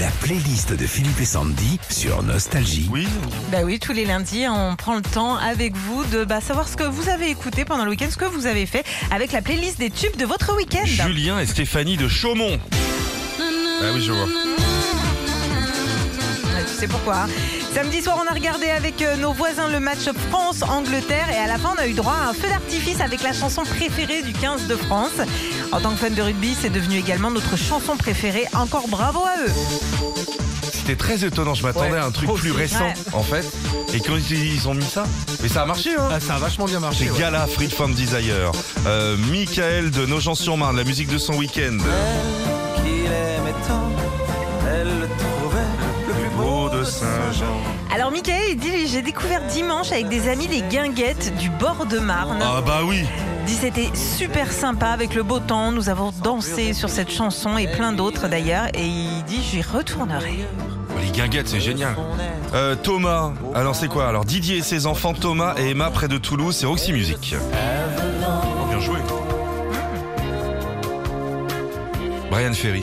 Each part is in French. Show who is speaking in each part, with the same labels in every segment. Speaker 1: La playlist de Philippe et Sandy sur Nostalgie.
Speaker 2: Oui,
Speaker 3: Bah oui, tous les lundis, on prend le temps avec vous de bah, savoir ce que vous avez écouté pendant le week-end, ce que vous avez fait avec la playlist des tubes de votre week-end.
Speaker 2: Julien et Stéphanie de Chaumont. Ah oui, je vois.
Speaker 3: Ah, Tu sais pourquoi. hein. Samedi soir, on a regardé avec euh, nos voisins le match France-Angleterre et à la fin, on a eu droit à un feu d'artifice avec la chanson préférée du 15 de France. En tant que fan de rugby, c'est devenu également notre chanson préférée. Encore bravo à eux.
Speaker 2: C'était très étonnant, je m'attendais
Speaker 3: Ouais,
Speaker 2: à un truc
Speaker 3: trop
Speaker 2: plus
Speaker 3: fou.
Speaker 2: récent
Speaker 3: Ouais.
Speaker 2: en fait. Et quand ils, ils ont mis ça, mais ça a marché hein
Speaker 4: Ah, ça a vachement bien marché.
Speaker 2: C'est
Speaker 4: ouais.
Speaker 2: Gala, Free From Desire. Euh, Michael de Nogent-sur-Marne, la musique de son week-end.
Speaker 5: Elle qu'il aimait tant, elle le trouvait le plus beau de Saint-Jean.
Speaker 3: Alors, Michael, il dit J'ai découvert dimanche avec des amis les guinguettes du bord de Marne.
Speaker 2: Ah bah oui
Speaker 3: dit c'était super sympa avec le beau temps. Nous avons dansé sur cette chanson et plein d'autres d'ailleurs. Et il dit j'y retournerai.
Speaker 2: Les guinguettes, c'est génial. Euh, Thomas, alors c'est quoi Alors Didier et ses enfants, Thomas et Emma près de Toulouse, c'est Roxy Music. Oh, bien joué. Brian Ferry.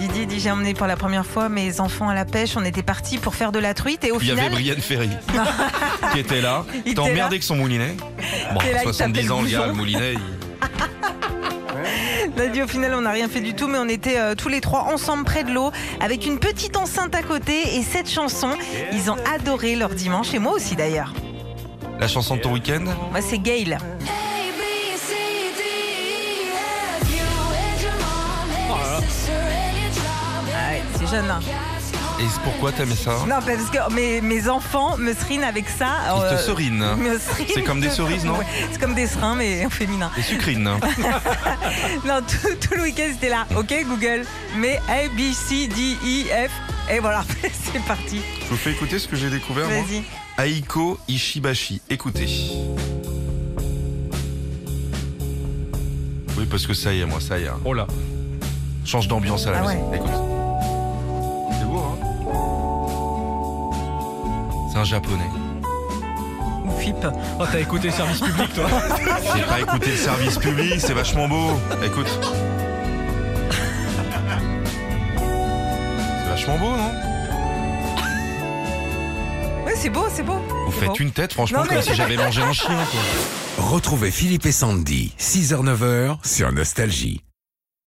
Speaker 3: Didier dit j'ai emmené pour la première fois mes enfants à la pêche. On était partis pour faire de la truite et au
Speaker 2: Il y avait
Speaker 3: final
Speaker 2: Brian Ferry qui était là,
Speaker 3: Il
Speaker 2: qui
Speaker 3: était là.
Speaker 2: emmerdé avec son moulinet. Bon,
Speaker 3: T'es là, il
Speaker 2: 70 ans, le gars,
Speaker 3: tapait le bouchon.
Speaker 2: le moulinet. il-
Speaker 3: il a dit au final on n'a rien fait du tout mais on était euh, tous les trois ensemble près de l'eau avec une petite enceinte à côté et cette chanson. Ils ont adoré leur dimanche et moi aussi d'ailleurs.
Speaker 2: La chanson de ton week-end
Speaker 3: Moi c'est Gail.
Speaker 6: A, B, C, D, E, F, you and your mom and your sister and your job
Speaker 3: Ah ouais, c'est jeune. hein.
Speaker 2: Et c'est pourquoi t'aimais ça
Speaker 3: Non parce que mes, mes enfants me serinent avec ça.
Speaker 2: Ils te
Speaker 3: euh,
Speaker 2: serinent.
Speaker 3: me serinent.
Speaker 2: Hein C'est comme des cerises, non
Speaker 3: Ouais, C'est comme des serins mais en féminin.
Speaker 2: Les sucrines.
Speaker 3: Non, tout, tout le week-end c'était là. Ok Google, mais A, B, C, D, E, F. Et voilà, c'est parti.
Speaker 2: Je vous fais écouter ce que j'ai découvert, moi.
Speaker 3: Vas-y.
Speaker 2: Aiko Ishibashi, écoutez. Oui, parce que ça y est, moi, ça y est. hein.
Speaker 4: Oh là.
Speaker 2: Change d'ambiance à la
Speaker 3: Ah
Speaker 2: maison. Écoute. C'est beau, hein C'est un japonais.
Speaker 3: Ou FIP.
Speaker 4: Oh, t'as écouté service public, toi.
Speaker 2: J'ai pas écouté le service public, c'est vachement beau. Écoute. C'est vachement beau, non
Speaker 3: Ouais, c'est beau, c'est beau.
Speaker 2: Vous
Speaker 3: C'est
Speaker 2: faites
Speaker 3: beau.
Speaker 2: une tête, franchement,
Speaker 3: Non, mais-
Speaker 2: comme si j'avais mangé un chien, quoi.
Speaker 1: Retrouvez Philippe et Sandy, 6h-9h sur Nostalgie.